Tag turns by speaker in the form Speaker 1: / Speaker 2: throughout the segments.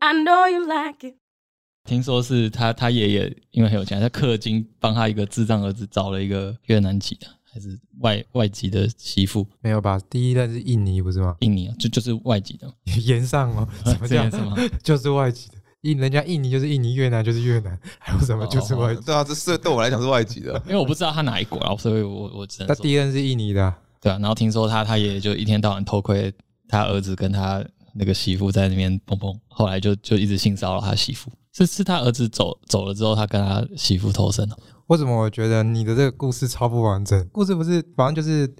Speaker 1: I know you like it。
Speaker 2: 听说是他他爷爷因为很有钱，他氪金帮他一个智障儿子找了一个越南籍的还是外外籍的媳妇，
Speaker 3: 没有吧？第一任是印尼不是吗？
Speaker 2: 印尼啊，就就是外籍的嘛，
Speaker 3: 延上哦，什么
Speaker 2: 这
Speaker 3: 叫
Speaker 2: 样是吗？
Speaker 3: 就是外籍的？印人家印尼就是印尼，越南就是越南， 还有什么
Speaker 2: 哦
Speaker 3: 就是外籍？
Speaker 4: 对啊，这是对我来讲是外籍的，
Speaker 2: 因为我不知道他哪一国啊，所以我我只
Speaker 3: 他
Speaker 2: 能说
Speaker 3: 第一任是印尼的啊，
Speaker 2: 对啊。然后听说他他爷爷就一天到晚偷窥他儿子跟他那个媳妇在那边蹦蹦，后来就就一直性骚扰他媳妇。是是他儿子走走了之后，他跟他媳妇偷 生了。
Speaker 3: 为什么我觉得你的这个故事超不完整？故事不是，反正就是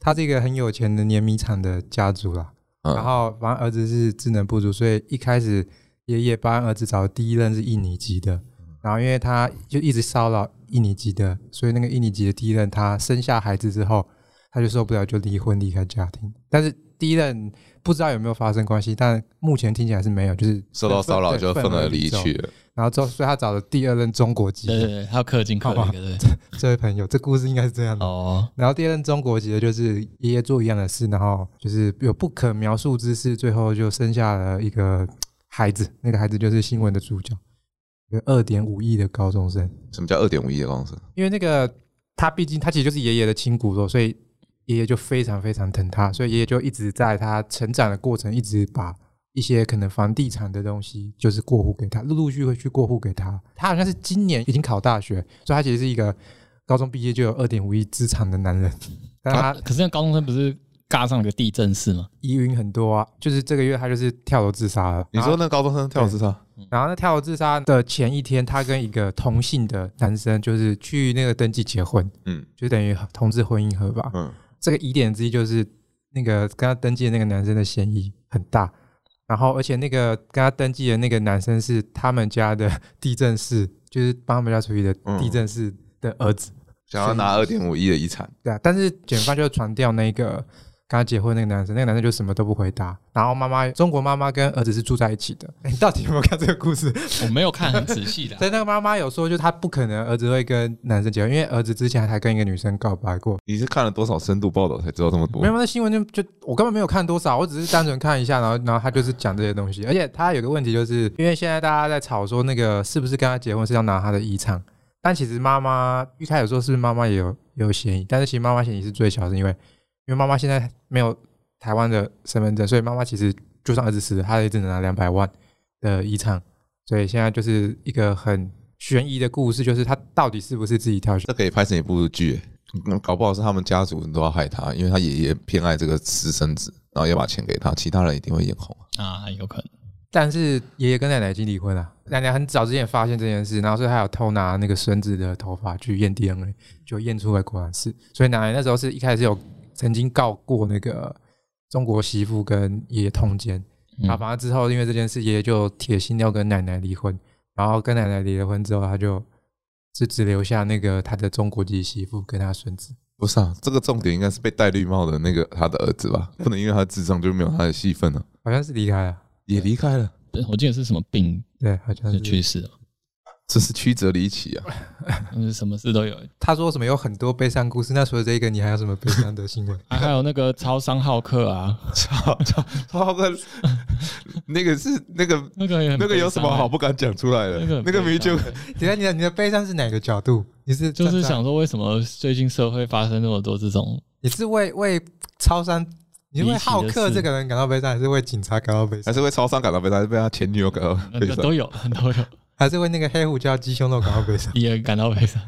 Speaker 3: 他这个很有钱的碾米厂的家族啦，
Speaker 4: 嗯
Speaker 3: 然后反正儿子是智能不足，所以一开始爷爷帮儿子找的第一任是印尼籍的，
Speaker 4: 嗯
Speaker 3: 然后因为他就一直骚扰印尼籍的，所以那个印尼籍的第一任他生下孩子之后，他就受不了就离婚离开家庭，但是。第一任不知道有没有发生关系，但目前听起来是没有，就是
Speaker 4: 受到骚扰
Speaker 3: 对
Speaker 4: 就愤而离
Speaker 3: 走
Speaker 4: 去。了。
Speaker 3: 然后之后，所以他找了第二任中国籍
Speaker 2: 对对
Speaker 3: 的
Speaker 2: 对，他氪金氪了一个对不对。
Speaker 3: 这位朋友，这故事应该是这样的。
Speaker 2: 哦，
Speaker 3: 然后第二任中国籍的就是爷爷做一样的事，然后就是有不可描述之事，最后就生下了一个孩子，那个孩子就是新闻的主角，一个二点五亿的高中生。
Speaker 4: 什么叫二点五亿的公司？
Speaker 3: 因为那个他毕竟他其实就是爷爷的亲骨肉，所以爷爷就非常非常疼他，所以爷爷就一直在他成长的过程，一直把一些可能房地产的东西就是过户给他，陆陆续续会去过户给他。他好像是今年已经考大学，所以他其实是一个高中毕业就有二点五亿资产的男人，但
Speaker 2: 他
Speaker 3: 他
Speaker 2: 啊可是那高中生不是尬上了个地震事吗？
Speaker 3: 疑云很多啊，就是这个月他就是跳楼自杀了。
Speaker 4: 你说那高中生跳楼自杀？
Speaker 3: 然后那跳楼自杀的前一天，他跟一个同性的男生就是去那个登记结婚，
Speaker 4: 嗯
Speaker 3: 就等于同志婚姻合法。
Speaker 4: 嗯，
Speaker 3: 这个疑点之一就是那个跟他登记的那个男生的嫌疑很大，然后而且那个跟他登记的那个男生是他们家的地震室，就是帮他们家处理的
Speaker 4: 嗯
Speaker 3: 地震室的儿子，
Speaker 4: 想要拿二点五亿的遗产，
Speaker 3: 对啊。但是检方就传掉那个跟他结婚那个男生，那个男生就什么都不回答。然后妈妈，中国妈妈跟儿子是住在一起的。哎你到底有没有看这个故事？
Speaker 2: 我没有看很仔细的啊
Speaker 3: 所以那个妈妈有说，就是她不可能儿子会跟男生结婚，因为儿子之前还跟一个女生告白过。
Speaker 4: 你是看了多少深度报道才知道这么多
Speaker 3: 没？有，那新闻就就我根本没有看多少，我只是单纯看一下，然后然后他就是讲这些东西，而且他有个问题就是，因为现在大家在吵说那个是不是跟他结婚是要拿他的遗产，但其实妈妈一开始说是不是妈妈也有也有嫌疑，但是其实妈妈嫌疑是最小的，因为因为妈妈现在没有台湾的身份证，所以妈妈其实就算儿子死了，她也只能拿两百万的遗产，所以现在就是一个很悬疑的故事，就是他到底是不是自己跳选
Speaker 4: 这可以拍成一部剧、欸嗯搞不好是他们家族人都要害他，因为他爷爷偏爱这个私生子，然后要把钱给他，其他人一定会眼红啊。
Speaker 2: 啊，有可能。
Speaker 3: 但是爷爷跟奶奶已经离婚了，奶奶很早之前发现这件事，然后所以她有偷拿那个孙子的头发去验 DNA，就验出来果然是。所以奶奶那时候是一开始有曾经告过那个中国媳妇跟爷爷通奸，
Speaker 2: 嗯
Speaker 3: 啊，反正之后因为这件事，爷爷就铁心要跟奶奶离婚，然后跟奶奶离了婚之后，他就就只留下那个他的中国籍媳妇跟他孙子。
Speaker 4: 不是啊，这个重点应该是被戴绿帽的那个他的儿子吧？不能因为他的智障就没有他的戏份了，啊
Speaker 3: 好像是离开了，
Speaker 4: 也离开了，
Speaker 2: 对我记得是什么病
Speaker 3: 对，好像。
Speaker 2: 就是去世了，
Speaker 4: 这是曲折离奇啊！
Speaker 2: 就是啊什么事都有。
Speaker 3: 他说什么有很多悲伤故事，那除了这一个，你还有什么悲伤的新闻？
Speaker 2: 啊、还有那个超商好客啊，
Speaker 4: 操操操个， 那个是那个
Speaker 2: 那个也很
Speaker 4: 那个有
Speaker 2: 悲
Speaker 4: 什
Speaker 2: 伤
Speaker 4: 么
Speaker 2: 欸
Speaker 4: 好不敢讲出来的
Speaker 2: 那个？很
Speaker 4: 那个
Speaker 2: 悲
Speaker 4: 明明就
Speaker 3: 等一下你的你的悲伤是哪个角度？你是
Speaker 2: 就是
Speaker 3: 站在
Speaker 2: 想说，为什么最近社会发生那么多这种？
Speaker 3: 你是为为超商，你是为
Speaker 2: 离奇的
Speaker 3: 浩克
Speaker 2: 事
Speaker 3: 这个人感到悲伤，还是为警察感到悲
Speaker 4: 还
Speaker 3: 伤，
Speaker 4: 是会超伤感到悲伤，还是被他啊前女友感到
Speaker 2: 呃
Speaker 4: 悲伤？
Speaker 2: 都有 都有，？
Speaker 3: 还是为那个黑胡椒鸡胸肉感到悲伤
Speaker 2: 也感到悲伤。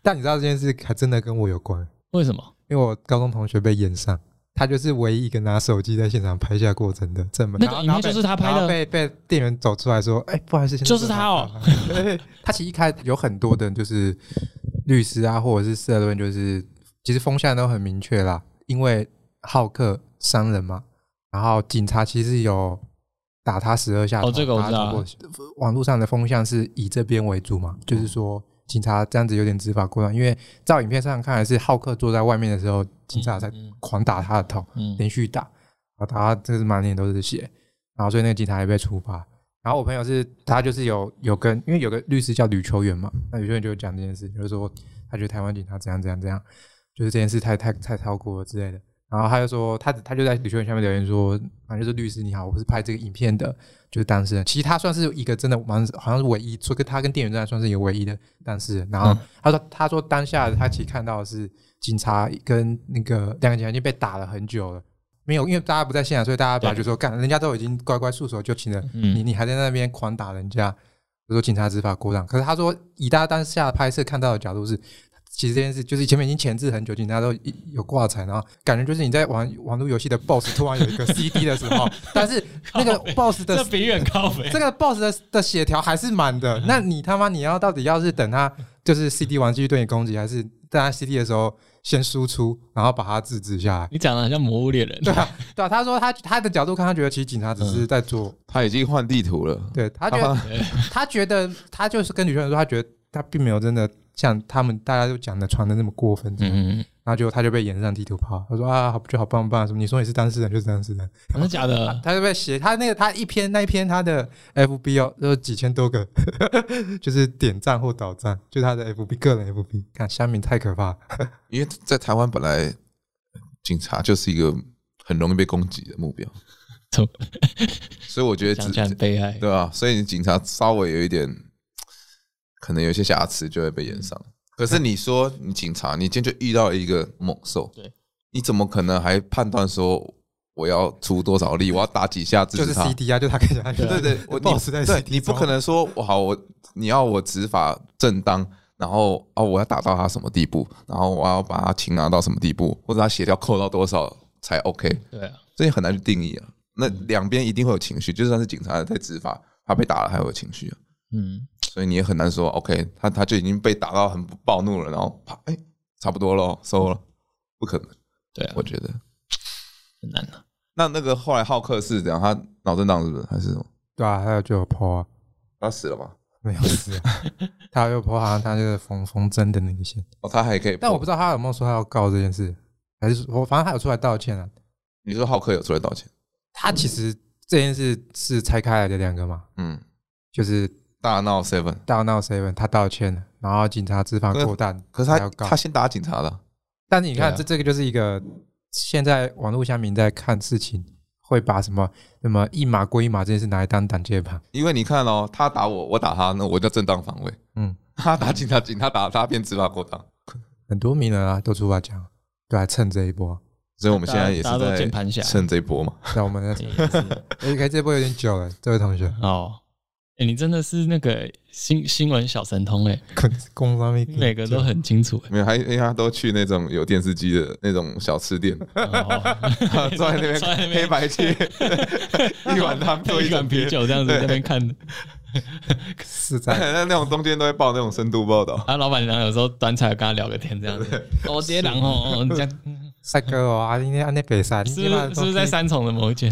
Speaker 3: 但你知道这件事还真的跟我有关，
Speaker 2: 为什么？
Speaker 3: 因为我高中同学被延上，他就是唯一一个拿手机在现场拍下过程的正门。
Speaker 2: 那个
Speaker 3: 然后
Speaker 2: 影片
Speaker 3: 然后被
Speaker 2: 就是他拍的
Speaker 3: 然后被被店员走出来说：“哎、不好意思，先生
Speaker 2: 就是他哦。
Speaker 3: 对” 他其实一开始有很多的，就是律师啊，或者是社论，就是其实风向都很明确啦，因为好客伤人嘛。然后警察其实有打他十二下头，
Speaker 2: 哦这个我知道
Speaker 3: 打他头过网络上的风向是以这边为主嘛，就是说警察这样子有点执法过当，因为照影片上看来是浩克坐在外面的时候，警察在
Speaker 2: 嗯
Speaker 3: 狂打他的头，
Speaker 2: 嗯，
Speaker 3: 连续打，然后打他这是满脸都是血，然后所以那个警察也被处罚。然后我朋友是他就是有有跟，因为有个律师叫吕秋远嘛，那吕秋远就有讲这件事，就是说他觉得台湾警察怎样怎样怎样，就是这件事太太太超过了之类的。然后他就说，他他就在旅行文下面留言说，反正就是律师你好，我是拍这个影片的，就是当事人。其实他算是一个真的蛮好像是唯一，除跟他跟店员真的算是一个唯一的当事人。然后他说，他说当下他其实看到的是警察跟那个两个警察已经被打了很久了。没有，因为大家不在现场，所以大家本来就说干，人家都已经乖乖束手就擒了，
Speaker 2: 嗯
Speaker 3: 你你还在那边狂打人家，就说警察执法过当。可是他说，以大家当下拍摄看到的角度是，其实这件事就是前面已经前置很久，警察都一有挂彩，然后感觉就是你在玩网络游戏的 BOSS 突然有一个 CD 的时候，但是那个 BOSS 的
Speaker 2: 这比远高飞
Speaker 3: 这。个 boss 的的血条还是满的，那你他妈你要到底要是等他就是 CD 完继续对你攻击，还是在他 CD 的时候先输出，然后把他制止下来？
Speaker 2: 你讲的像魔物猎人，
Speaker 3: 对啊，对啊，他说他他的角度看，他觉得其实警察只是在做，
Speaker 4: 他已经换地图了，
Speaker 3: 对他觉
Speaker 4: 他
Speaker 3: 得
Speaker 4: 换
Speaker 3: 他觉得他就是跟女生说，他觉得他并没有真的像他们大家都讲的传的那么过分，嗯，
Speaker 2: 嗯，嗯嗯，
Speaker 3: 然后就他就被延上地图炮，他说啊，好就好棒棒，什么你说你是当事人就是当事人，
Speaker 2: 真的假 的？
Speaker 3: 他就被写他那个他一篇那一篇他的 FB 哦，有几千多个， 就是点赞或倒赞，就是他的 FB 个人 FB，看虾米太可怕了，
Speaker 4: 因为在台湾本来警察就是一个很容易被攻击的目标
Speaker 2: 怎么，
Speaker 4: 所以我觉得
Speaker 2: 想
Speaker 4: 只
Speaker 2: 起来很悲哀。
Speaker 4: 对吧、所以你警察稍微有一点，可能有一些瑕疵就会被延上。
Speaker 2: 嗯
Speaker 4: 可是你说你警察，你今天就遇到一个猛兽，
Speaker 2: 对，
Speaker 4: 你怎么可能还判断说我要出多少力，我要打几下制
Speaker 3: 就
Speaker 4: 止
Speaker 3: 是
Speaker 4: 他？
Speaker 3: CD 啊，就他可以讲，
Speaker 4: 对对对，我
Speaker 3: 保持在
Speaker 4: 你
Speaker 3: CD
Speaker 4: 对你不
Speaker 3: 中
Speaker 4: 可能说我好我你要我执法正当，然后哦我要打到他什么地步，然后我要把他擒拿到什么地步，或者他血条扣到多少才 OK，
Speaker 2: 对啊，
Speaker 4: 这也很难去定义啊。那两边一定会有情绪，就算是警察在执法，他被打了还会有情绪啊，
Speaker 2: 嗯，
Speaker 4: 所以你也很难说 OK，他他就已经被打到很暴怒了，然后啪哎、差不多咯，收了，不可能，
Speaker 2: 对啊
Speaker 4: 我，觉得。
Speaker 2: 很难啊的。
Speaker 4: 那那个后来浩克是怎样？他脑震荡是不是还是什么？
Speaker 3: 对啊，还有就有 PO 啊，
Speaker 4: 他死了吗？
Speaker 3: 没有事啊， 他有 PO 好像他就是缝缝针的那个线，
Speaker 4: 哦，他还可以。
Speaker 3: 但我不知道他有没有说他要告这件事，还是我反正他有出来道歉啊，
Speaker 4: 你说浩克有出来道歉？
Speaker 3: 他其实这件事是拆开来的两个嘛，
Speaker 4: 嗯，
Speaker 3: 就是
Speaker 4: 大闹 seven，
Speaker 3: 大闹 seven 他道歉了，然后警察执法过当，
Speaker 4: 可是
Speaker 3: 要
Speaker 4: 他
Speaker 3: 告
Speaker 4: 他先打警察的，
Speaker 3: 但是你
Speaker 2: 呃
Speaker 3: 看，
Speaker 2: 对啊
Speaker 3: 这这个就是一个现在网络下面在看事情，会把什么什么一码归一码这件事拿来当挡箭牌。
Speaker 4: 因为你看哦，他打我，我打他，那我叫正当防卫。
Speaker 3: 嗯，
Speaker 4: 他打警察，警察打他，变执法过当。
Speaker 3: 很多名人啊都出来讲，对啊，趁这一波。
Speaker 4: 所以我们现在也
Speaker 2: 大家
Speaker 4: 是
Speaker 2: 大家都键
Speaker 4: 在
Speaker 2: 盘侠
Speaker 4: 趁这一波嘛。
Speaker 3: 那我们 的
Speaker 2: 也是
Speaker 3: 哎，开这波有点久了，这位 同学，
Speaker 2: 哦，哎，你真的是那个新新闻小神通哎，
Speaker 3: 工工方面
Speaker 2: 你每个都
Speaker 3: 啊
Speaker 2: 很清楚
Speaker 4: 没有，还因为他都去那种有电视机的那种小 吃店，
Speaker 2: 哎。哦
Speaker 4: 他坐在
Speaker 2: 坐
Speaker 4: 那
Speaker 2: 在那
Speaker 4: 边
Speaker 2: 边
Speaker 4: 黑白切 一碗汤，做
Speaker 2: 配一碗
Speaker 4: 整
Speaker 2: 啤
Speaker 4: 片。
Speaker 2: 酒这样子在那边看，
Speaker 3: 是在
Speaker 4: 那那种中间都会报那种深度报道，
Speaker 2: 啊，老板娘有时候端茶跟他聊个天这样子。哦，这人哦，哦这样
Speaker 3: 帅哥哦，啊，你那那北山，
Speaker 2: 是不是是不是在三重的某一间？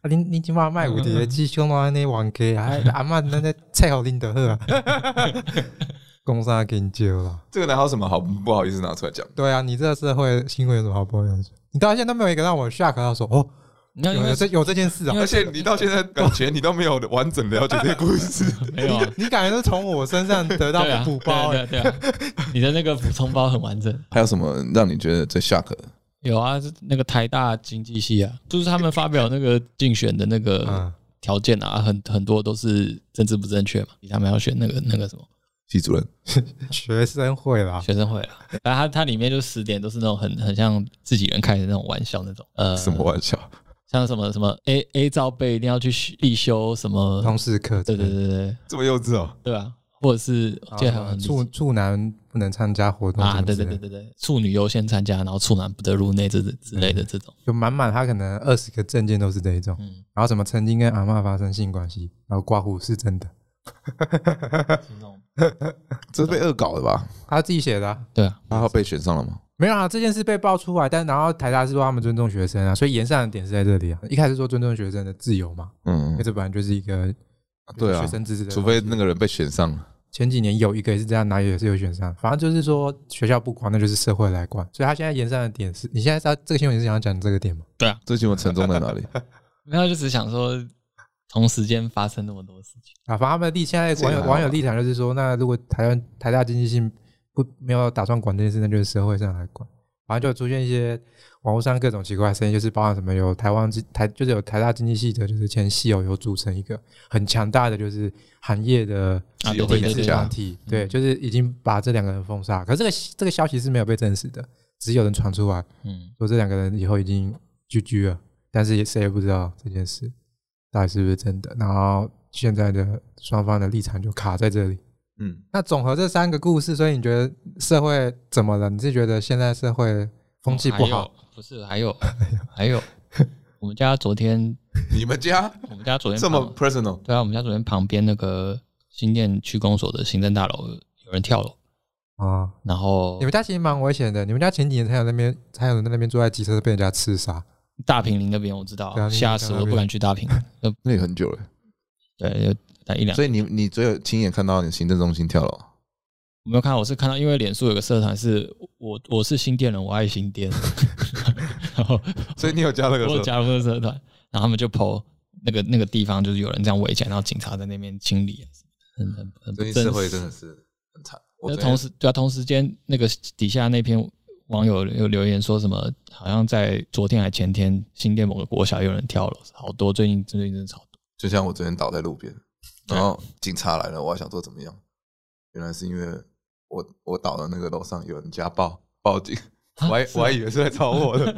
Speaker 3: 啊，恁恁即马卖有
Speaker 2: 嗯
Speaker 3: 伫个志向拢安尼冤 家啊，啊阿嬷咱咧册互恁就好啊。讲啥紧少啦？
Speaker 4: 这个哪有什么好不好意思拿出来讲？
Speaker 3: 对啊，你这个社会新闻有什么好抱怨的？你到现在都没有一个让我下课到说哦，
Speaker 2: 你要
Speaker 3: 有
Speaker 2: 因为
Speaker 3: 有这有这件事啊
Speaker 2: 因！为
Speaker 4: 而且你到现在感觉你都没有完整了解这个故事，
Speaker 2: 没有啊，
Speaker 3: 你感觉是从我身上得到
Speaker 2: 对啊，
Speaker 3: 补包、欸
Speaker 2: 对啊对啊对啊，你的那个补充包很完整。
Speaker 4: 还有什么让你觉得最 shock 的？
Speaker 2: 有啊，那个台大经济系啊，就是他们发表那个竞选的那个
Speaker 3: 嗯，
Speaker 2: 条件啊，很很多都是政治不正确嘛，他们要选那个那个什么
Speaker 4: 系主任，
Speaker 3: 学生会啦，
Speaker 2: 学生会啊，然后它它里面就十点都是那种很很像自己人开的那种玩笑那种，呃，
Speaker 4: 什么玩笑？
Speaker 2: 像什么什么 A A 罩杯一定要去修必修什么，
Speaker 3: 通识课
Speaker 2: 对对对对
Speaker 4: 这么幼稚哦！
Speaker 2: 对啊，或者是
Speaker 3: 啊
Speaker 2: 这还有很
Speaker 3: 处处男不能参加活动
Speaker 2: 啊，
Speaker 3: 什么
Speaker 2: 对
Speaker 3: 之
Speaker 2: 对
Speaker 3: 类
Speaker 2: 对
Speaker 3: 的，
Speaker 2: 对对，处女优先参加，然后处男不得入内这之类
Speaker 3: 嗯
Speaker 2: 的这种，
Speaker 3: 就满满他可能二十个证件都是这一种，
Speaker 2: 嗯，
Speaker 3: 然后什么曾经跟阿嬷发生性关系，然后刮胡是真的，
Speaker 2: 这种
Speaker 4: 这是被恶搞的吧？
Speaker 3: 他自己写的、啊。
Speaker 2: 对啊，
Speaker 4: 他被选上了吗？
Speaker 3: 没有啊，这件事被爆出来，但然后台大是说他们尊重学生啊，所以延上的点是在这里啊。一开始说尊重学生的自由嘛，因
Speaker 4: 嗯
Speaker 3: 为，这本来就是一个
Speaker 4: 对啊
Speaker 3: 学，生自治的东西。
Speaker 4: 除非那个人被选上了。
Speaker 3: 前几年有一个也是这样，哪也是有选上，反正就是说学校不管，那就是社会来管。所以他现在延上的点是，你现在知道这个新闻是想要讲这个点吗？
Speaker 4: 这新闻沉重在哪 里？
Speaker 2: 没有就只想说同时间发生那么多事情，
Speaker 3: 啊，反正他们的立现在
Speaker 4: 这个
Speaker 3: 网
Speaker 4: 还
Speaker 3: 友
Speaker 4: 好吧
Speaker 3: 网友立场就是说，那如果台湾台大经济性不没有打算管这件事，那就是社会上来管。好像就有出现一些网络上各种奇怪的声音，就是包含什么有台湾经台就是有台大经济系的，就是前系哦友有组成一个很强大的就是行业的
Speaker 2: 啊，
Speaker 4: 自
Speaker 2: 对
Speaker 4: 由
Speaker 2: 对对
Speaker 4: 会联
Speaker 3: 自
Speaker 2: 对
Speaker 4: 系啊
Speaker 3: 团体，对，就是已经把这两个人封杀。可是这个这个消息是没有被证实的，只有人传出来
Speaker 2: 嗯，
Speaker 3: 说这两个人以后已经聚居了，但是也谁也不知道这件事到底是不是真的。然后现在的双方的立场就卡在这里。
Speaker 4: 嗯，
Speaker 3: 那总和这三个故事，所以你觉得社会怎么了？你是觉得现在社会风气不好？
Speaker 2: 还有，不是还有 还有，我们家昨天
Speaker 4: 你们家
Speaker 2: 我们家昨天
Speaker 4: 这么
Speaker 2: 旁
Speaker 4: personal，
Speaker 2: 对啊，我们家昨天旁边那个新店区公所的行政大楼有人跳楼，嗯
Speaker 3: 啊、
Speaker 2: 然后
Speaker 3: 你们家其实蛮危险的。你们家前几年才有那边，才有人在那边坐在机车被人家刺杀。
Speaker 2: 大平林那边我知
Speaker 3: 对啊
Speaker 2: 道，
Speaker 3: 你
Speaker 2: 吓死我，
Speaker 3: 你在那边
Speaker 2: 不敢去大平。
Speaker 4: 那也很久了。
Speaker 2: 对，有大概一两，
Speaker 4: 所以你你只有亲眼看到你行政中心跳楼，
Speaker 2: 我没有看，我是看到，因为脸书有个社团是我我是新店人，我爱新店， 然后
Speaker 4: 所以你有加那个
Speaker 2: 我有
Speaker 4: 社团？
Speaker 2: 加入这个社团，然后他们就 po 那个那个地方就是有人这样围起来，然后警察在那边清理啊，很很很不
Speaker 4: 最近
Speaker 2: 真
Speaker 4: 社
Speaker 2: 实
Speaker 4: 会真的是很惨。我
Speaker 2: 那
Speaker 4: 昨天
Speaker 2: 同时，对啊，同时间那个底下那篇网友有留言说什么，好像在昨天还前天，新店某个国小有人跳楼，好多，最近最近真的超多。
Speaker 4: 就像我昨天倒在路边，然后警察来了，我还想说怎么样，原来是因为我我倒的那个楼上有人家暴报警，
Speaker 2: 啊
Speaker 4: 我还我还以为是在找我 的，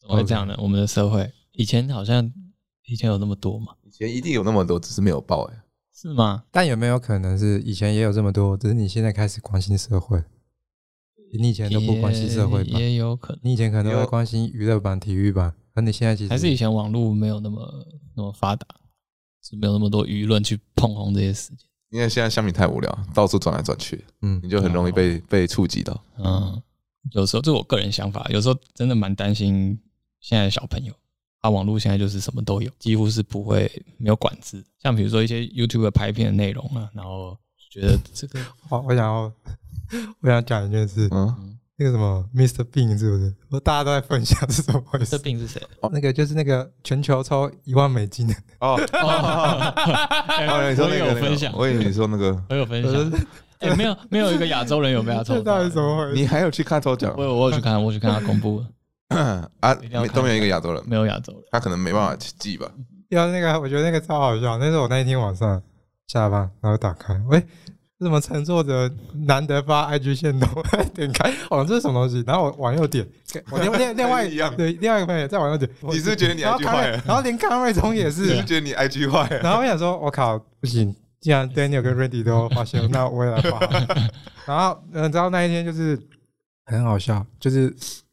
Speaker 2: 怎么会这样呢？我们的社会以前好像以前有那么多嘛？
Speaker 4: 以前一定有那么多，只是没有报哎、
Speaker 2: 是吗？
Speaker 3: 但有没有可能是以前也有这么多，只是你现在开始关心社会？你以前都不关心社会吧
Speaker 2: 也？也有可能，
Speaker 3: 你以前可能都会关心娱乐版、体育版，而你现在其实
Speaker 2: 还是以前网络没有那么那么发达，是没有那么多舆论去碰红这些事情。
Speaker 4: 因为现在香米太无聊，到处转来转去，
Speaker 3: 嗯
Speaker 4: 你就很容易
Speaker 2: 哦
Speaker 4: 被被触及到。
Speaker 2: 嗯，有时候这是我个人想法，有时候真的蛮担心现在的小朋友。啊，网络现在就是什么都有，几乎是不会没有管制。像比如说一些 YouTube 拍片的内容啊，然后觉得这个
Speaker 3: 我我想要我想讲一件事，
Speaker 4: 嗯，
Speaker 3: 那个什么 Mr. Bean 是不是？我大家都在分享是怎么回
Speaker 2: 这
Speaker 3: 事？
Speaker 2: 病是谁？
Speaker 3: 那个就是那个全球抽一万美金的，
Speaker 4: 哦，
Speaker 2: 哦
Speaker 4: 哦你说那
Speaker 2: 我
Speaker 4: 个
Speaker 2: 也有
Speaker 4: 那个
Speaker 2: 分享，
Speaker 4: 我以为你说那个，
Speaker 2: 我有分享。哎、没有没有一个亚洲人有被他
Speaker 3: 这
Speaker 2: 抽
Speaker 3: 到
Speaker 2: 到
Speaker 3: 底。怎么回事？
Speaker 4: 你还有去看抽奖
Speaker 2: 我有我有去看，我有去看他公布了，
Speaker 4: 啊？
Speaker 2: 一定要
Speaker 4: 没
Speaker 2: 看
Speaker 4: 都没有一个亚洲人，
Speaker 2: 没有亚洲人。
Speaker 4: 他可能没办法记吧？
Speaker 3: 要那个，我觉得那个超好笑。那是我那一天晚上下班，然后打开，喂，这什么乘坐者难得发 IG 线 动，点开，哦，这是什么东西？然后我往右点，我另另另外
Speaker 4: 一样
Speaker 3: 对另外一个朋友再往右点，
Speaker 4: 你是不是觉得你
Speaker 3: 然后
Speaker 4: IG
Speaker 3: 康
Speaker 4: 坏
Speaker 3: 瑞
Speaker 4: 了，？
Speaker 3: 然后连康瑞聪也
Speaker 4: 你是不
Speaker 3: 是
Speaker 2: 啊
Speaker 4: 是， 觉得你 IG 坏了？
Speaker 3: 然后我想说，我靠，不行，既然 Daniel 跟 Randy 都发现，那我也来发。然后，嗯，你知道那一天就是很好笑，就是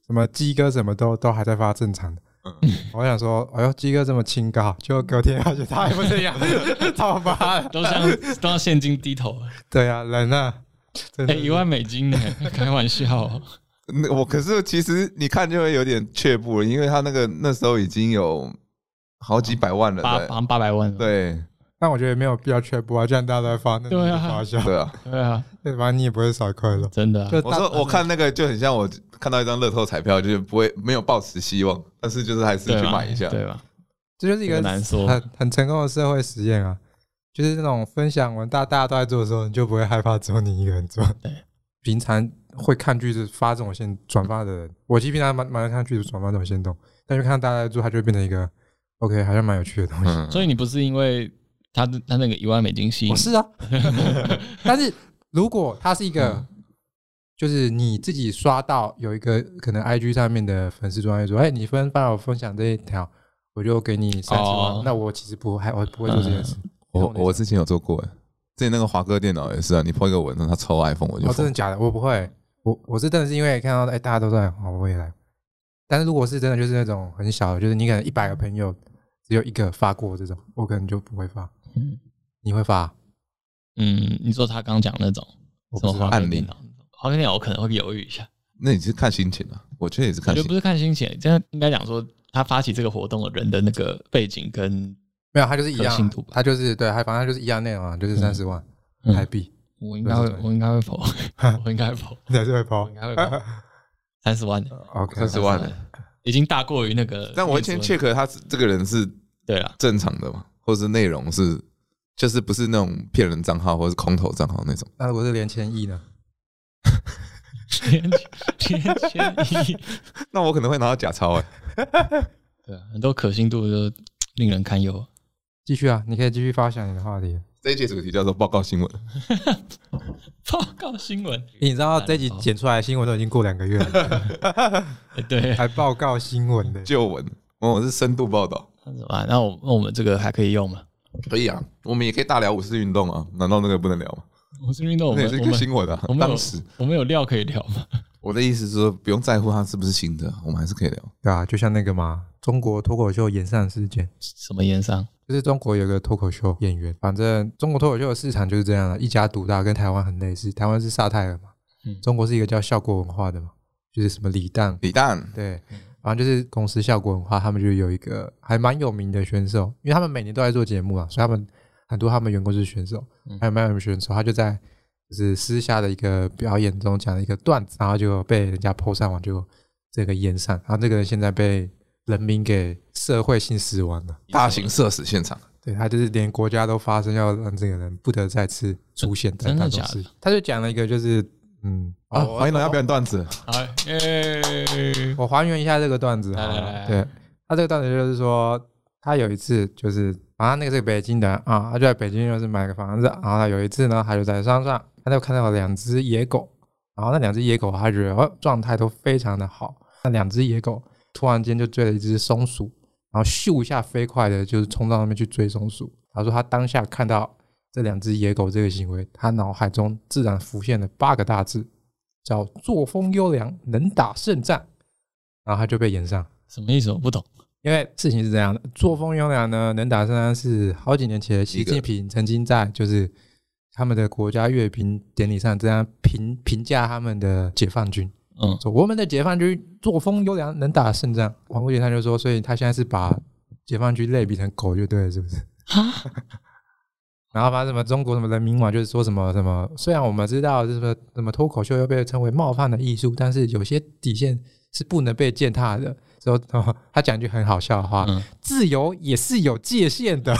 Speaker 3: 什么鸡哥什么都都还在发正常的。
Speaker 4: 嗯
Speaker 3: 我想说，哎呦，鸡哥这么清高，结果隔天发现他还不这样， 超发的。
Speaker 2: 都像都像现金低头了，
Speaker 3: 对啊，人啊，真
Speaker 2: 哎、
Speaker 3: 的是
Speaker 2: 一万美金呢？开玩笑、哦，
Speaker 4: 那我可是其实你看就会有点却步了，因为他那个那时候已经有好几百万人
Speaker 2: 八好
Speaker 4: 了，
Speaker 2: 像八百万了。
Speaker 4: 对
Speaker 3: 但我觉得也没有必要全部啊，既然大家都在发，那
Speaker 2: 对啊
Speaker 3: 就发笑，
Speaker 4: 对啊。
Speaker 2: 对啊，
Speaker 3: 对吧？你也不会少快乐。
Speaker 2: 真的啊、
Speaker 3: 就
Speaker 4: 我
Speaker 3: 大
Speaker 4: 说我看那个就很像我看到一张乐透彩票，就是不会没有抱持希望，但是就是还是
Speaker 2: 对
Speaker 4: 去
Speaker 2: 吧
Speaker 4: 买一下。
Speaker 2: 对吧？
Speaker 3: 这就是一个
Speaker 2: 这个难说
Speaker 3: 很很成功的社会实验啊，就是那种分享文大大家都在做的时候，你就不会害怕只有你一个人做。
Speaker 2: 对，
Speaker 3: 平常会看句子发这种线转发的人，我其实平常蛮蛮爱看句子转发这种线动，但就看到大家在做，它就会变成一个 OK，好像蛮有趣的东西。
Speaker 4: 嗯，
Speaker 2: 所以你不是因为他的他那个一万美金吸引
Speaker 3: 我，是啊，但是如果它是一个，
Speaker 2: 嗯
Speaker 3: 就是你自己刷到有一个可能 IG 上面的粉丝专业说，哎，你分帮我分享这一条，我就给你三十万。
Speaker 2: 哦
Speaker 3: 那我其实不还我不会做这件事。
Speaker 4: 我我之前有做过，哎之前那个华哥电脑也是啊，你 po 一个文章，他抽 iPhone 我就
Speaker 3: 哦，真的
Speaker 4: 疯，
Speaker 3: 假的？我不会，我我是真的是因为看到哎、大家都在，哦，我也来。但是如果是真的就是那种很小的，就是你可能一百个朋友只有一个发过这种，我可能就不会发。
Speaker 2: 嗯
Speaker 3: 你会发？
Speaker 2: 嗯，你说他刚讲那种
Speaker 3: 我
Speaker 2: 什
Speaker 3: 不
Speaker 2: 么
Speaker 3: 知道
Speaker 2: 华哥
Speaker 4: 案例
Speaker 2: 电脑，华哥电哦脑我可能会犹豫一下，
Speaker 4: 那你是看心情啊？我觉得也是
Speaker 2: 我
Speaker 4: 看
Speaker 2: 觉得
Speaker 4: 心
Speaker 2: 不
Speaker 4: 情。
Speaker 2: 是看心情，这样应该讲说他发起这个活动的人的那个背景跟
Speaker 3: 没有，他就是一
Speaker 2: 可信
Speaker 3: 样
Speaker 2: 度吧，
Speaker 3: 他就是对，还反正就是一样内容啊，就是三十万
Speaker 2: 嗯
Speaker 3: 台币，
Speaker 2: 我应该会
Speaker 3: 对对对
Speaker 2: 我应该会否， 我应该会否，
Speaker 3: 你还是会
Speaker 2: 我
Speaker 3: 抛
Speaker 2: 嗯应该会否三十万，
Speaker 3: ？OK，
Speaker 4: 三十万欸，
Speaker 2: 已经大过于那个。
Speaker 4: 但我会先 check 他是这个人是
Speaker 2: 对了，
Speaker 4: 正常的嘛，或是内容是就是不是那种骗人账号或是空头账号那种，
Speaker 3: 那如果是连千亿呢？
Speaker 2: 天天千亿，
Speaker 4: 那我可能会拿到假钞哎、
Speaker 2: 对啊，很多可信度就令人堪忧。
Speaker 3: 继续啊，你可以继续发想你的话题。
Speaker 4: 这一节主题叫做报告新闻，
Speaker 2: 报告新闻，
Speaker 3: 你知道这集剪出来的新闻都已经过两个 月了，
Speaker 2: 哎对，
Speaker 3: 还报告新闻的。
Speaker 4: 旧闻，我们是深度报道，
Speaker 2: 那怎么办？那我那我们这个还可以用吗？
Speaker 4: 可以啊，我们也可以大聊五四运动啊，难道那个不能聊吗？
Speaker 2: 我是运动，我
Speaker 4: 那
Speaker 2: 们
Speaker 4: 也是一
Speaker 2: 哦我
Speaker 4: 个
Speaker 2: 们
Speaker 4: 新闻啊
Speaker 2: 我，们有
Speaker 4: 当时
Speaker 2: 我们有料可以聊吗？
Speaker 4: 我的意思是说，不用在乎它是不是新的，我们还是可以聊。
Speaker 3: 对啊，就像那个嘛，中国脱口秀演上事件，
Speaker 2: 什么盐商？
Speaker 3: 就是中国有个脱口秀演员，反正中国脱口秀的市场就是这样啊了，一家独大，跟台湾很类似。台湾是萨泰尔嘛，
Speaker 2: 嗯
Speaker 3: 中国是一个叫效果文化的嘛，就是什么李诞，
Speaker 4: 李诞，
Speaker 3: 对，
Speaker 2: 嗯
Speaker 3: 反正就是公司效果文化，他们就有一个还蛮有名的选手，因为他们每年都在做节目啊，所以他们很多他们员工是选手
Speaker 2: 嗯，
Speaker 3: 还有蛮有名的选手，他就在就是私下的一个表演中讲了一个段子，然后就被人家 PO 上网，就这个淹上，然后这个人现在被人民给社会性死亡了。
Speaker 4: 大型社死现场，
Speaker 3: 对他就是连国家都发声，要让这个人不得再次出现在
Speaker 2: 真的
Speaker 3: 办公
Speaker 2: 假
Speaker 3: 室。
Speaker 2: 的
Speaker 3: 他就讲了一个，就是嗯，
Speaker 4: 啊，
Speaker 3: 我
Speaker 4: 欢迎大家表演段子，
Speaker 2: 好，耶！
Speaker 3: 我还原一下这个段子好
Speaker 2: 来来
Speaker 3: 了。
Speaker 2: 来
Speaker 3: 对，他这个段子就是说，他有一次就是，啊，那个是个北京人啊，他就在北京就是买个房子，然后他有一次呢，他就在山上，他就看到了两只野狗，然后那两只野狗，他觉得哦状态都非常的好，那两只野狗突然间就追了一只松鼠，然后咻一下飞快的，就是冲到那边去追松鼠。他说他当下看到这两只野狗这个行为，他脑海中自然浮现了八个大字，叫作风优良，能打胜仗。然后他就被延上。
Speaker 2: 什么意思？我不 懂。
Speaker 3: 因为事情是这样的，作风优良呢，能打胜仗是好几年前习
Speaker 4: 一个
Speaker 3: 近平曾经在就是他们的国家阅兵典礼上这样评评价他们的解放军，
Speaker 2: 嗯，
Speaker 3: 说我们的解放军作风优良，能打胜仗。黄国杰他就说，所以他现在是把解放军类比成狗就对了，是 不是？ 然后把什么中国什么人民网就是说什么什么，虽然我们知道这个什么脱口秀又被称为冒犯的艺术，但是有些底线是不能被践踏的。说、哦、他讲一句很好笑的话，
Speaker 2: 嗯
Speaker 3: 自由也是有界限的。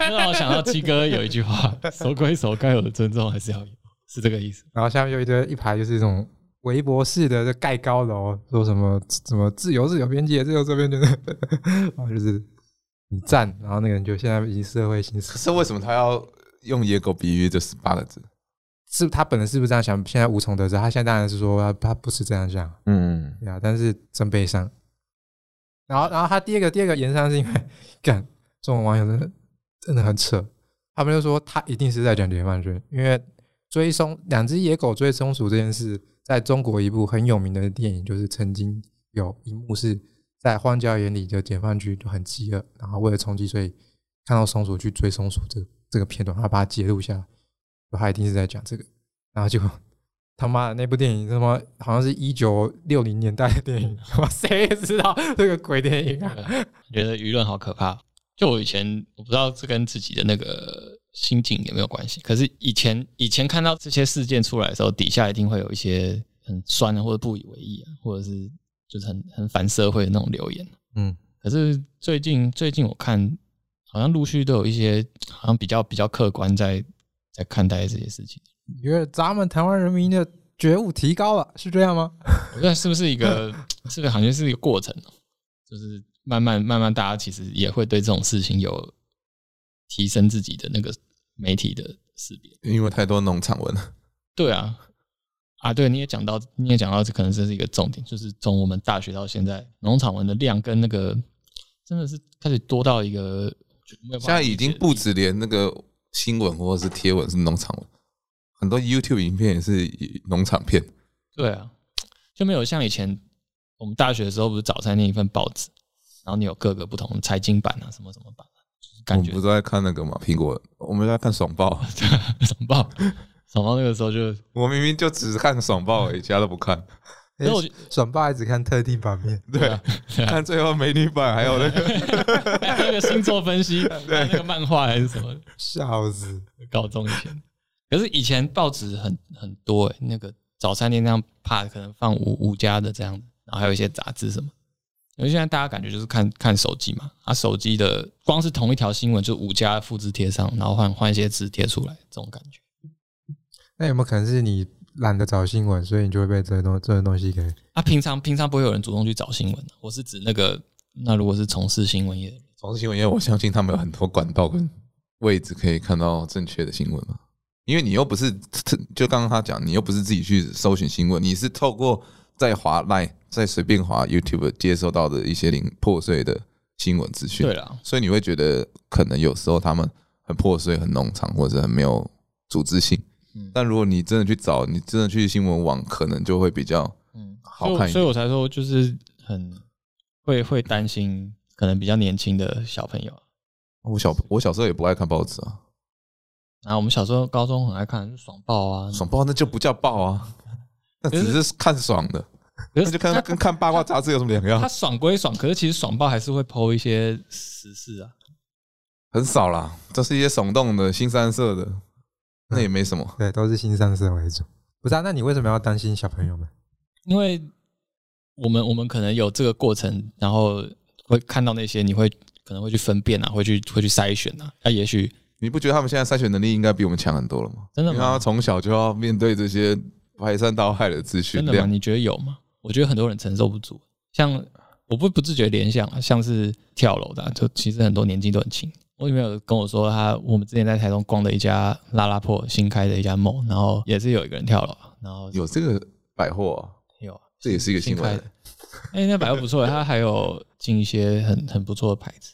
Speaker 2: 让我想到鸡哥有一句 话：“手归手，该有的尊重还是要有。”是这个意思。
Speaker 3: 然后下面就一堆一排就是这种围脖式的就盖高楼，说什么什么自由是有边界，自由这边界，然后就是你站，然后那个人就现在已经社会形
Speaker 4: 可
Speaker 3: 式，
Speaker 4: 是为什么他要用野狗比喻这十八个字？
Speaker 3: 是他本人是不是这样想？现在无从得知，他现在当然是说他他不是这样想，
Speaker 4: 嗯，
Speaker 3: 对啊，但是真悲伤。然后，然后他第二个第二个延上是因为干中文网友真的真的很扯，他们就说他一定是在讲解放军，因为追松两只野狗追松鼠这件事，在中国一部很有名的电影，就是曾经有一幕是在荒郊野里的解放军就很饥饿，然后为了充饥，所以看到松鼠去追松鼠这个这个片段，他把它截录下来，他一定是在讲这个，然后结果他妈的那部电影他妈好像是一九六零年代的电影， 他妈谁也知道这个鬼电影啊？
Speaker 2: 觉得舆论好可怕。就我以前，我不知道这跟自己的那个心境有没有关系。可是以前以前看到这些事件出来的时候，底下一定会有一些很酸啊，或者不以为意啊，或者是就是很很反社会的那种留言。啊
Speaker 3: 嗯，
Speaker 2: 可是最近最近我看，好像陆续都有一些好像比较比较客观在在看待这些事情。
Speaker 3: 因为咱们台湾人民的觉悟提高了，是这样吗？
Speaker 2: 我觉得是不是一个
Speaker 4: 嗯
Speaker 2: 是不是好像是一个过程哦，就是慢慢慢慢，大家其实也会对这种事情有提升自己的那个媒体的识别。
Speaker 4: 因为太多农场文了，
Speaker 2: 对啊，啊，对，你也讲到，你也讲到，这可能这是一个重点，就是从我们大学到现在，农场文的量跟那个真的是开始多到一个，没有办法
Speaker 4: 现在已经
Speaker 2: 理解的
Speaker 4: 不
Speaker 2: 地
Speaker 4: 止连那个新闻或者是贴文是农场文，很多 YouTube 影片也是以农场片。
Speaker 2: 对啊，就没有像以前我们大学的时候，不是早餐念一份报纸，然后你有各个不同的财经版啊，什么什么版、啊，就是
Speaker 4: 我
Speaker 2: 感
Speaker 4: 们
Speaker 2: 觉
Speaker 4: 不是在看那个嘛，苹果，我们在看 爽报。
Speaker 2: 爽爆，爽爆那个时候就，
Speaker 4: 我明明就只看爽报而已，其他都不看。
Speaker 2: 所以
Speaker 3: 哎
Speaker 2: 我觉
Speaker 3: 爽爸只看特定版面，
Speaker 4: 对，
Speaker 2: 啊
Speaker 4: 看最后美女版，还有那个
Speaker 2: 得那个星座分析，那个漫画还是什么的，
Speaker 3: 笑死！
Speaker 2: 高中以前。可是以前报纸很很多、欸，那个早餐店那样怕可能放五五家的这样子，然后还有一些杂志什么。因为现在大家感觉就是看看手机嘛，啊，手机的光是同一条新闻就五家复制贴上，然后换换一些字贴出来，这种感觉。
Speaker 3: 那有没有可能是你懒得找新闻，所以你就会被这些东这些东西给？
Speaker 2: 啊，平常平常不会有人主动去找新闻的，我是指那个，那如果是从事新闻业的人，
Speaker 4: 从事新闻，因为我相信他们有很多管道跟位置可以看到正确的新闻嘛。 因为你又不是，就刚刚他讲，你又不是自己去搜寻新闻，你是透过在滑 Line、在随便滑 YouTube 接收到的一些零破碎的新闻资讯。
Speaker 2: 对啦，
Speaker 4: 所以你会觉得可能有时候他们很破碎、很冗长，或者很没有组织性。
Speaker 2: 嗯
Speaker 4: 但如果你真的去找，你真的去新闻网，可能就会比较
Speaker 2: 嗯，
Speaker 4: 好
Speaker 2: 所以我
Speaker 4: 看一点
Speaker 2: 所以我才说就是很会会担心，可能比较年轻的小朋友。
Speaker 4: 我小我小时候也不爱看报纸啊，
Speaker 2: 然后我们小时候高中很爱看爽报啊，
Speaker 4: 爽报那就不叫报啊， 那只是看爽的，
Speaker 2: 可
Speaker 4: 那
Speaker 2: 是
Speaker 4: 就看
Speaker 2: 他
Speaker 4: 跟看八卦杂志有什么两样
Speaker 2: 他？爽归爽，可是其实爽报还是会剖一些时事啊。
Speaker 4: 很少啦，这是一些耸动的、新三色
Speaker 2: 嗯
Speaker 4: 的，那也没什么。
Speaker 3: 对，都是新上升为主。不是啊，那你为什么要担心小朋友们？
Speaker 2: 因为我们我们可能有这个过程，然后会看到那些，你会可能会去分辨啊，会去会去筛选啊。那、也许
Speaker 4: 你不觉得他们现在筛选能力应该比我们强很多了吗？
Speaker 2: 真的
Speaker 4: 因为他
Speaker 2: 吗？
Speaker 4: 从小就要面对这些排山倒海的资讯
Speaker 2: 真的吗？
Speaker 4: 量。
Speaker 2: 你觉得有吗？我觉得很多人承受不住，像我不不自觉联想啊，像是跳楼的啊、就其实很多年纪都很轻。我女朋友跟我说她，我们之前在台东逛的一家拉拉破新开的一家梦，然后也是有一个人跳楼啊，然后
Speaker 4: 有这个百货、啊，
Speaker 2: 有啊
Speaker 4: 这也是一个新闻
Speaker 2: 开的。哎、那百货不错，它还有进一些很很不错的牌子。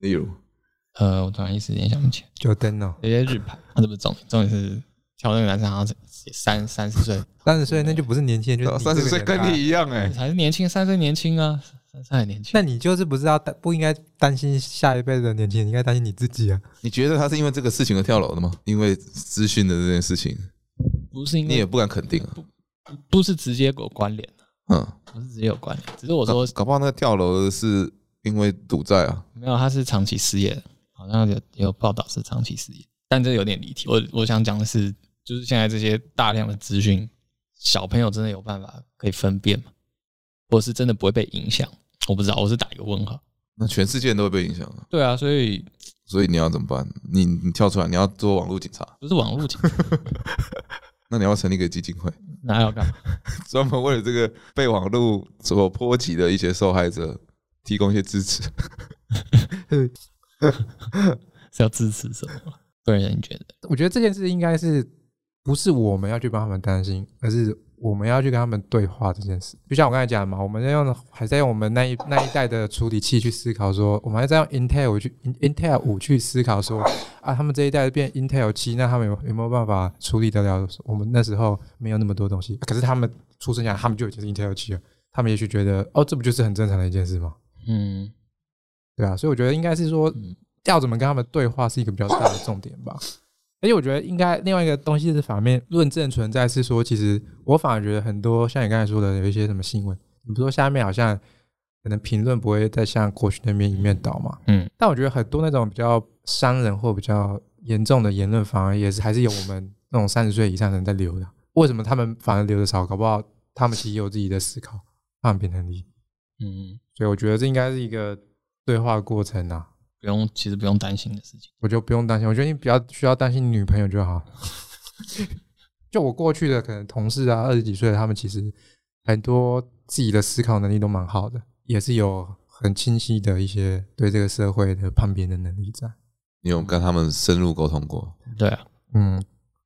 Speaker 4: 例如
Speaker 2: 呃，我突然一时间想不起来，
Speaker 3: 就灯哦，
Speaker 2: 有些日牌，啊，这不是重点，重点是挑那个男生好像是三三十岁，
Speaker 3: 三十岁那就不是年轻人，就是
Speaker 4: 三十岁
Speaker 3: 这个
Speaker 4: 跟
Speaker 3: 年代
Speaker 4: 你一样哎、
Speaker 2: 还是年轻，三岁年轻啊，三岁还年轻。
Speaker 3: 那你就是不是要担不应该担心下一辈的年轻人，你应该担心你自己啊。
Speaker 4: 你觉得他是因为这个事情而跳楼的吗？因为资讯的这件事情，
Speaker 2: 不是因
Speaker 4: 你
Speaker 2: 为
Speaker 4: 也嗯不敢肯定啊。
Speaker 2: 不是直接有关联，
Speaker 4: 嗯，
Speaker 2: 不是直接有关联，只是我说
Speaker 4: 搞搞不好那个跳楼的是因为赌债啊。
Speaker 2: 没有，他是长期失业，好像有有报道是长期失业，但这有点离题。我我想讲的是，就是现在这些大量的资讯，小朋友真的有办法可以分辨吗？或者是真的不会被影响？我不知道，我是打一个问号。
Speaker 4: 那全世界人都会被影响啊，
Speaker 2: 对啊，所以
Speaker 4: 所以你要怎么办？你你跳出来，你要做网络警察，
Speaker 2: 不是网络警察
Speaker 4: 那你要成立一个基金会，
Speaker 2: 那要干嘛？
Speaker 4: 专门为了这个被网络所波及的一些受害者提供一些支持。
Speaker 2: 是要支持什么？个人你觉得？
Speaker 3: 我觉得这件事应该是不是我们要去帮他们担心，而是我们要去跟他们对话这件事。就像我刚才讲的嘛，我们在用还在用我们那一那一代的处理器去思考说，我们还在用 Intel 去 Intel 五去思考说啊，他们这一代变 Intel 七，那他们有有没有办法处理得了我们那时候没有那么多东西？啊可是他们出生下来，他们就已经是 Intel 七了，他们也许觉得哦，这不就是很正常的一件事吗？
Speaker 2: 嗯，
Speaker 3: 对啊，所以我觉得应该是说
Speaker 2: 嗯，
Speaker 3: 要怎么跟他们对话是一个比较大的重点吧。而且我觉得应该另外一个东西是反面论证存在，是说其实我反而觉得很多像你刚才说的有一些什么新闻，你不说下面好像可能评论不会再像过去那边一面倒嘛，
Speaker 2: 嗯，
Speaker 3: 但我觉得很多那种比较伤人或比较严重的言论，反而也是还是有我们那种三十岁以上的人在留的。为什么他们反而留的少？搞不好他们其实也有自己的思考、判别能力，
Speaker 2: 嗯，
Speaker 3: 所以我觉得这应该是一个对话过程啊。
Speaker 2: 不用，其实不用担心的事情。
Speaker 3: 我就不用担心。我觉得你比较需要担心你女朋友 就好。就我过去的可能同事啊，二十几岁的他们其实很多自己的思考能力都蛮好的，也是有很清晰的一些对这个社会的判别的能力在。
Speaker 4: 你有跟他们深入沟通过？
Speaker 2: 对 啊，
Speaker 3: 嗯，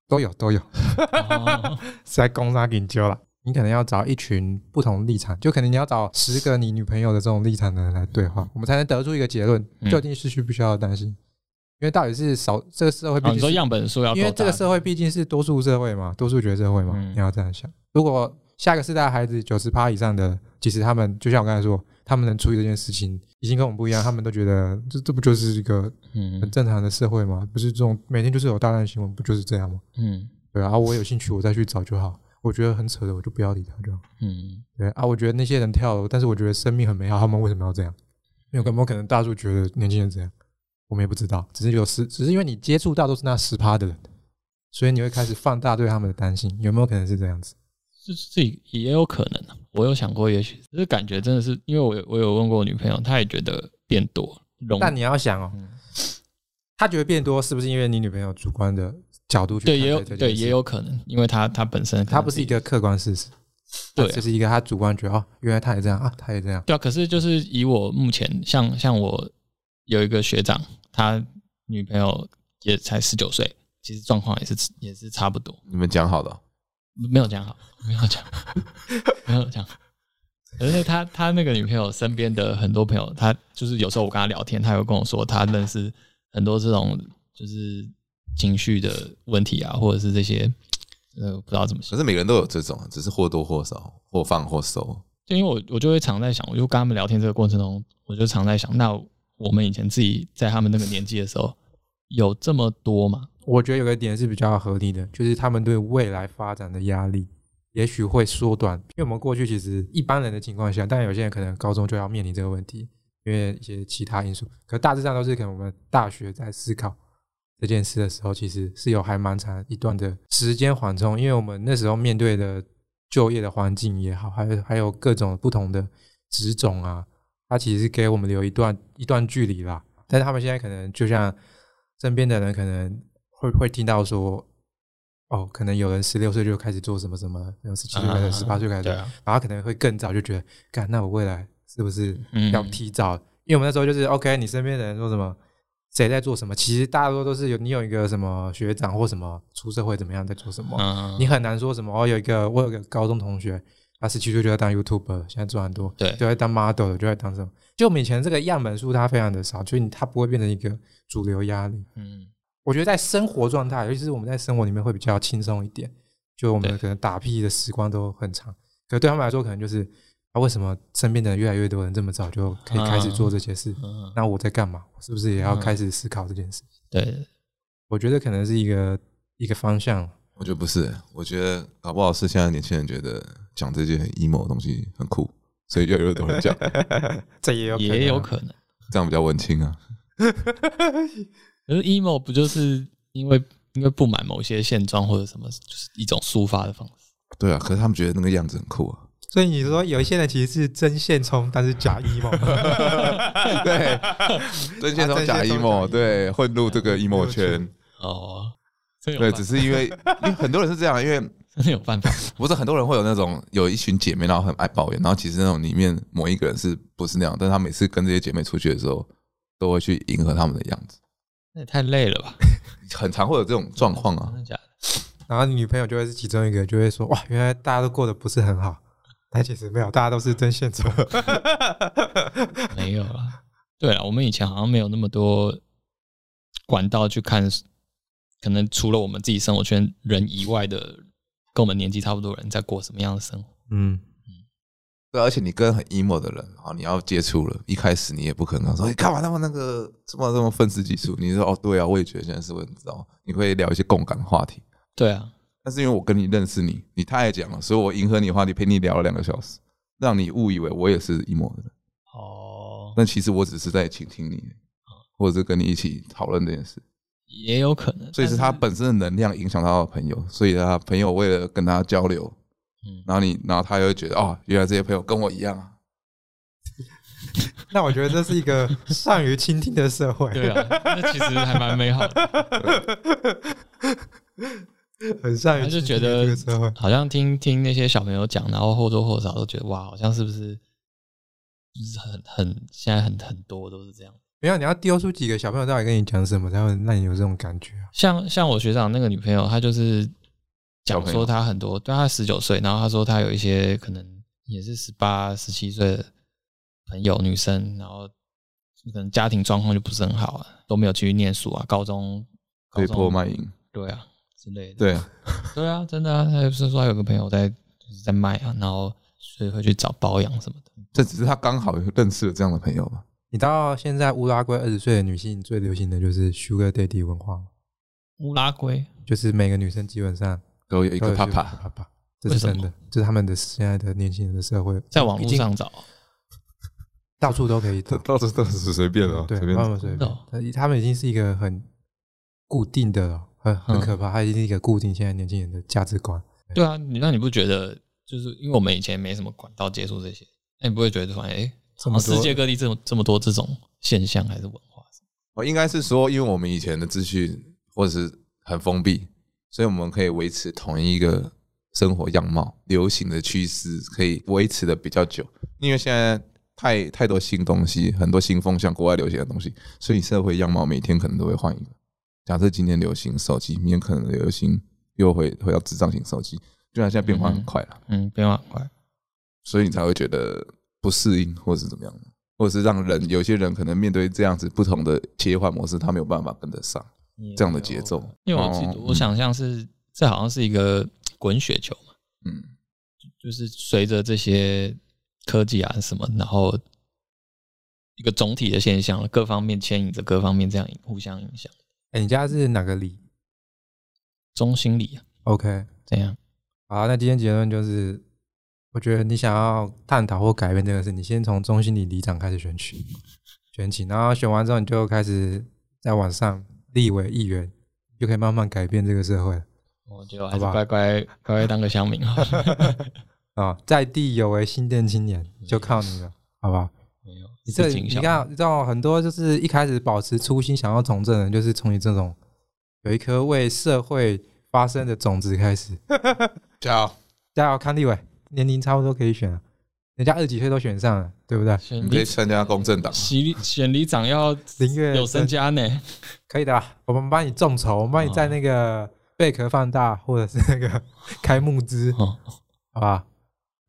Speaker 3: 都有都有，
Speaker 2: 哦
Speaker 3: 是在啊攻杀给你揪了。你可能要找一群不同立场，就可能你要找十个你女朋友的这种立场的人来对话，我们才能得出一个结论，
Speaker 2: 嗯
Speaker 3: 究竟是需不需要担心？因为到底是少这个社会毕
Speaker 2: 哦
Speaker 3: 竟
Speaker 2: 你
Speaker 3: 是
Speaker 2: 说样本数要够
Speaker 3: 因
Speaker 2: 大，
Speaker 3: 为这个社会毕竟是多数社会嘛，多数决社会嘛，
Speaker 2: 嗯
Speaker 3: 你要这样想。如果下个世代的孩子九十趴以上的，其实他们就像我刚才说，他们能处理这件事情，已经跟我们不一样，他们都觉得这这不就是一个很
Speaker 2: 嗯
Speaker 3: 正常的社会吗？不是这种每天就是有大量的新闻，不就是这样吗？
Speaker 2: 嗯
Speaker 3: 对啊，我有兴趣我再去找就好，我觉得很扯的我就不要理他就好。
Speaker 2: 嗯，
Speaker 3: 对啊，我觉得那些人跳楼，但是我觉得生命很美好，他们为什么要这样？因为有没有可能大数觉得年轻人这样？我们也不知道，只是有十，只是因为你接触到都是那十趴的人，所以你会开始放大对他们的担心，有没有可能是这样子？
Speaker 2: 自自己也有可能啊，我有想过，也许只是感觉真的是，因为我有我有问过我女朋友，她也觉得变多了容
Speaker 3: 但你要想哦
Speaker 2: 嗯，
Speaker 3: 他觉得变多是不是因为你女朋友主观的角度去
Speaker 2: 对也有
Speaker 3: 看待这件
Speaker 2: 对
Speaker 3: 事
Speaker 2: 也，有可能，因为她她本身可能
Speaker 3: 他不是一个客观事实，
Speaker 2: 对啊
Speaker 3: 这是一个他主观觉得哦，原来他也这样啊，他也这样，
Speaker 2: 对啊，可是就是以我目前像像我有一个学长，他女朋友也才十九岁，其实状况也是也是差不多，
Speaker 4: 你们讲好的哦，
Speaker 2: 没有讲好，没有讲，没有讲。可是他他那个女朋友身边的很多朋友，他就是有时候我跟他聊天，他有跟我说他认识很多这种就是情绪的问题啊，或者是这些呃不知道怎么
Speaker 4: 可
Speaker 2: 说。
Speaker 4: 是每个人都有这种，啊只是或多或少，或放或收。
Speaker 2: 就因为我我就会常在想，我就跟他们聊天这个过程中，我就常在想，那我们以前自己在他们那个年纪的时候，有这么多吗？
Speaker 3: 我觉得有个点是比较合理的，就是他们对未来发展的压力也许会缩短，因为我们过去其实一般人的情况下，但有些人可能高中就要面临这个问题，因为一些其他因素，可大致上都是可能我们大学在思考这件事的时候，其实是有还蛮长一段的时间缓冲，因为我们那时候面对的就业的环境也好，还有还有各种不同的职种啊，它其实给我们留一段一段距离啦。但是他们现在可能就像身边的人，可能会会听到说，哦，可能有人十六岁就开始做什么什么，然后十七岁开始，十八岁开始做，
Speaker 2: 对啊，
Speaker 3: 然后可能会更早就觉得，干，那我未来是 不是
Speaker 2: 嗯
Speaker 3: 要提早，因为我们那时候就是 OK，你身边的人说什么，谁在做什么，其实大多都是有你有一个什么学长或什么出社会怎么样在做什么，
Speaker 2: 嗯，
Speaker 3: 你很难说什么哦，有一个我有个高中同学，他十七岁就在当 YouTuber，现在做很多，
Speaker 2: 对
Speaker 3: 就在当 model，就在当什么，就我们以前这个样本数它非常的少，所以你它不会变成一个主流压力。
Speaker 2: 嗯
Speaker 3: 我觉得在生活状态，尤其是我们在生活里面会比较轻松一点，就我们
Speaker 2: 对
Speaker 3: 可能打屁的时光都很长，可对他们来说可能就是。啊，为什么身边的人越来越多人这么早就可以开始做这些事？
Speaker 2: 嗯，
Speaker 3: 那我在干嘛？我是不是也要
Speaker 2: 嗯
Speaker 3: 开始思考这件事？
Speaker 2: 对，
Speaker 3: 我觉得可能是一个一个方向。
Speaker 4: 我觉得不是，欸我觉得搞不好是现在年轻人觉得讲这些很 emo 的东西很酷，所以越来越多人讲，
Speaker 3: 这也有可能啊
Speaker 2: 也有可能。
Speaker 4: 这样比较文青啊。
Speaker 2: 可是 emo 不就是因为因为不满某些现状或者什么，就是一种抒发的方式？
Speaker 4: 对啊，可是他们觉得那个样子很酷啊。
Speaker 3: 所以你说有一些人其实是真现充，但是假 emo，
Speaker 4: 对，真线
Speaker 3: 啊
Speaker 4: 从
Speaker 3: 真线从
Speaker 4: 假
Speaker 3: 假
Speaker 4: emo，
Speaker 3: emo
Speaker 4: 对，混入这个 emo 圈，
Speaker 2: 哦，真有
Speaker 4: 对，
Speaker 2: 办
Speaker 4: 只是 因为因为很多人是这样，因为
Speaker 2: 真的有办法，
Speaker 4: 不是很多人会有那种有一群姐妹，然后很爱抱怨，然后其实那种里面某一个人是不是那样，但是她每次跟这些姐妹出去的时候，都会去迎合她们的样子，
Speaker 2: 那也太累了吧？
Speaker 4: 很常会有这种状况啊
Speaker 2: 真。的假的？
Speaker 3: 然后你女朋友就会是其中一个，就会说哇，原来大家都过得不是很好，但其实没有，大家都是真 现充。
Speaker 2: 没有啦。对了，我们以前好像没有那么多管道去看，可能除了我们自己生活圈人以外的，跟我们年纪差不多的人在过什么样的生活？
Speaker 3: 嗯，
Speaker 4: 对，啊而且你跟很 emo 的人，然后你要接触了，一开始你也不可能跟他说，哎、干嘛他们那个这么这么愤世嫉俗？你说哦，对啊，我也觉得现在是我知道，你会聊一些共感话题。
Speaker 2: 对啊，
Speaker 4: 但是因为我跟你认识你，你太爱讲了，所以我迎合你的话题，陪你聊了两个小时，让你误以为我也是 emo 的人，
Speaker 2: 哦，
Speaker 4: 但其实我只是在倾听你，或者是跟你一起讨论这件事。
Speaker 2: 也有可能。
Speaker 4: 所以是他本身的能量影响到他的朋友，所以他朋友为了跟他交流，
Speaker 2: 嗯
Speaker 4: 然后你，然后他又会觉得哦，原来这些朋友跟我一样啊，
Speaker 3: 那我觉得这是一个善于倾听的社会，
Speaker 2: 但是对啊，那其实还蛮美好的。
Speaker 3: 很善于
Speaker 2: 他就
Speaker 3: 倾
Speaker 2: 觉
Speaker 3: 听的
Speaker 2: 得
Speaker 3: 这个社会。
Speaker 2: 好像听听那些小朋友讲，然后或多或少都觉得哇，好像是不是就是很很现在很很多都是这样。
Speaker 3: 没有，你要丢出几个小朋友到底跟你讲什么，才会让你有这种感觉啊？
Speaker 2: 像像我学长那个女朋友，她就是讲说她很多，对她十九岁，然后她说她有一些可能也是十八、十七岁的朋友女生，然后可能家庭状况就不是很好啊，都没有继续念书啊，高中高
Speaker 4: 被迫
Speaker 2: 中
Speaker 4: 卖淫，
Speaker 2: 对啊之类的，
Speaker 4: 对啊，
Speaker 2: 对啊，真的啊，她就是说她有个朋友在就是在卖啊，然后所以会去找包养什么的。
Speaker 4: 这只是他刚好认识了这样的朋友吧。
Speaker 3: 你到现在乌拉圭二十岁的女性最流行的就是 Sugar Daddy 文化，
Speaker 2: 乌拉圭
Speaker 3: 就是每个女生基本上
Speaker 4: 都有一
Speaker 3: 一
Speaker 4: 个
Speaker 3: 个
Speaker 4: 爸
Speaker 3: 啪
Speaker 4: 爸，
Speaker 3: 啪啪，这是
Speaker 2: 为什么
Speaker 3: 真的，这是他们的现在的年轻人的社会，
Speaker 2: 在网
Speaker 3: 已
Speaker 2: 络
Speaker 3: 经
Speaker 2: 上找，啊
Speaker 3: 到处都可以 找，
Speaker 4: 到处都是随便哦，
Speaker 3: 对
Speaker 4: 随，便
Speaker 3: 慢慢随
Speaker 2: 真的哦
Speaker 3: 便，他他们已经是一个很固定的了，很很
Speaker 2: 嗯
Speaker 3: 可怕，它已经是一个固定现在年轻人的价值观。
Speaker 2: 对啊，你那你不觉得就是因为我们以前没什么管道接触这些，那你不会觉得突然哎、诶
Speaker 3: 这么
Speaker 2: 好像
Speaker 3: 多
Speaker 2: 世界各地这么这么多这种现象还是文化？
Speaker 4: 哦，应该是说，因为我们以前的秩序或者是很封闭，所以我们可以维持同一个生活样貌、流行的趋势，可以维持的比较久。因为现在太太多新东西，很多新风向，国外流行的东西，所以社会样貌每天可能都会换一个。假设今天流行手机，明天可能流行又回回到智障型手机，就它现在变化很快了，
Speaker 2: 嗯，变化很快。
Speaker 4: 所以你才会觉得不适应，或是怎么样，或者是让人有些人可能面对这样子不同的切换模式，他没有办法跟得上。这样的节奏，
Speaker 2: 因为我记得
Speaker 4: 哦
Speaker 2: 我想象是这好像是一个滚雪球嘛，
Speaker 4: 嗯，
Speaker 2: 就是随着这些科技啊什么，然后一个总体的现象，各方面牵引着各方面这样互相影响。
Speaker 3: 哎，你家是哪个里
Speaker 2: 中心理、啊、
Speaker 3: ？OK，
Speaker 2: 怎样？
Speaker 3: 好，啊那今天结论就是，我觉得你想要探讨或改变这个事，你先从中心里里长开始选起，选起，然后选完之后，你就开始在网上立为议员，就可以慢慢改变这个社会了
Speaker 2: 我觉得我还是
Speaker 3: 好
Speaker 2: 乖
Speaker 3: 吧
Speaker 2: 乖乖乖当个乡民好了。
Speaker 3: 啊！在地有为新店青年，就靠你了，好不好？
Speaker 2: 没有，
Speaker 3: 你这
Speaker 2: 是
Speaker 3: 你
Speaker 2: 警校
Speaker 3: 看，你啊知道很多就是一开始保持初心想要从政的人，就是从你这种有一颗为社会发声的种子开始。
Speaker 4: 加油！
Speaker 3: 加油，康立伟，年龄差不多可以选了，人家二十几岁都选上了，对不对？
Speaker 2: 选
Speaker 4: 你可
Speaker 2: 里
Speaker 4: 以参加公正党，
Speaker 2: 洗选里长要
Speaker 3: 林月
Speaker 2: 有身家呢，
Speaker 3: 可以的吧？我们帮你众筹，我们帮你在
Speaker 2: 哦
Speaker 3: 那个贝壳放大，或者是 那个开募资，
Speaker 2: 哦，
Speaker 3: 好吧？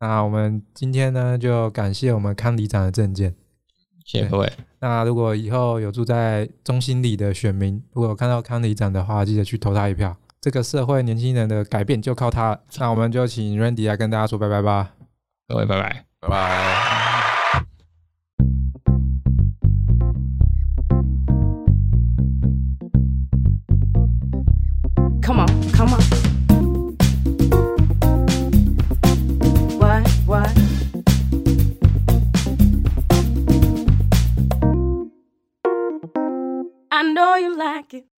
Speaker 3: 那我们今天呢，就感谢我们康里长的证件。
Speaker 2: 谢谢各位，
Speaker 3: 那如果以后有住在中心里的选民，如果有看到康里长的话，记得去投他一票。这个社会年轻人的改变就靠他了。那我们就请 Randy 来跟大家说拜拜吧。
Speaker 2: 各位拜拜。
Speaker 4: 拜拜。
Speaker 1: Come on, come on. What, what? I know you like it.